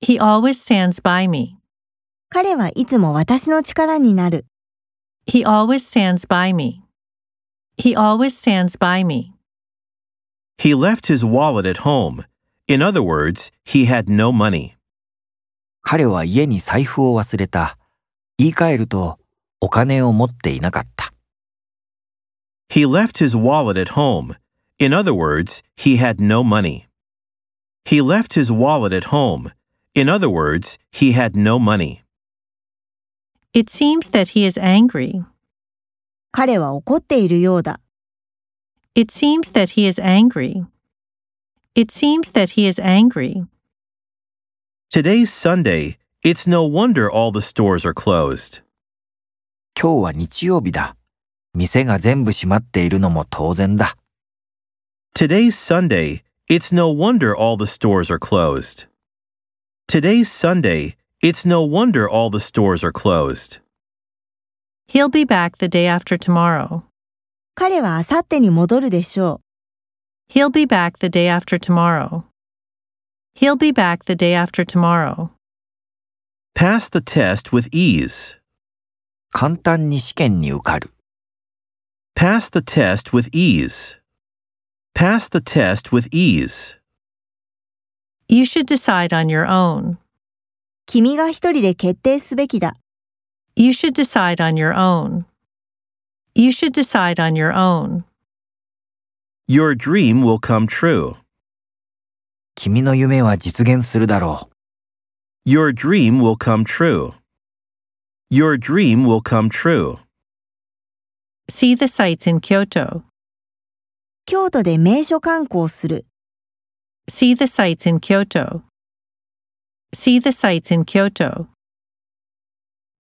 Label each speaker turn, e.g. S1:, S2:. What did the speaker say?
S1: He always stands by me.
S2: 彼はいつも私の力になる。
S1: He always stands by me. He always stands by me.
S3: He left his wallet at home. In other words, he had no money.
S4: 彼は家に財布を忘れた。言い換えると、お金を持っていなかった。
S3: He left his wallet at home. In other words, he had no money. He left his wallet at home. In other words, he had no money.
S1: It seems that he is angry.
S2: 彼は怒っているようだ。
S1: It seems that he is angry. It seems that he is angry.
S3: Today's Sunday. It's no wonder all the stores are closed.
S4: 今日は日曜日だ。店が全部閉まっているのも当然だ。
S3: Today's Sunday. It's no wonder all the stores are closed. Today's Sunday. It's no wonder all the stores are closed.
S1: He'll be back the day after tomorrow.
S2: 彼はあさってに戻るでしょう。
S1: He'll be back the day after tomorrow. He'll be back the day after tomorrow.
S3: Pass the test with ease.
S4: 簡単に試験に受かる。
S3: Pass the test with ease. Pass the test with ease.
S1: You should decide on your own.
S2: 君が一人で決定すべきだ。
S1: You should decide on your own. You should decide on your own.
S3: Your dream will come true.
S4: 君の夢は実現するだろう。
S3: Your dream will come true. Your dream will come true.
S1: See the sights in Kyoto.
S2: 京都で名所観光する。
S1: See the sights in Kyoto. See the sights in Kyoto.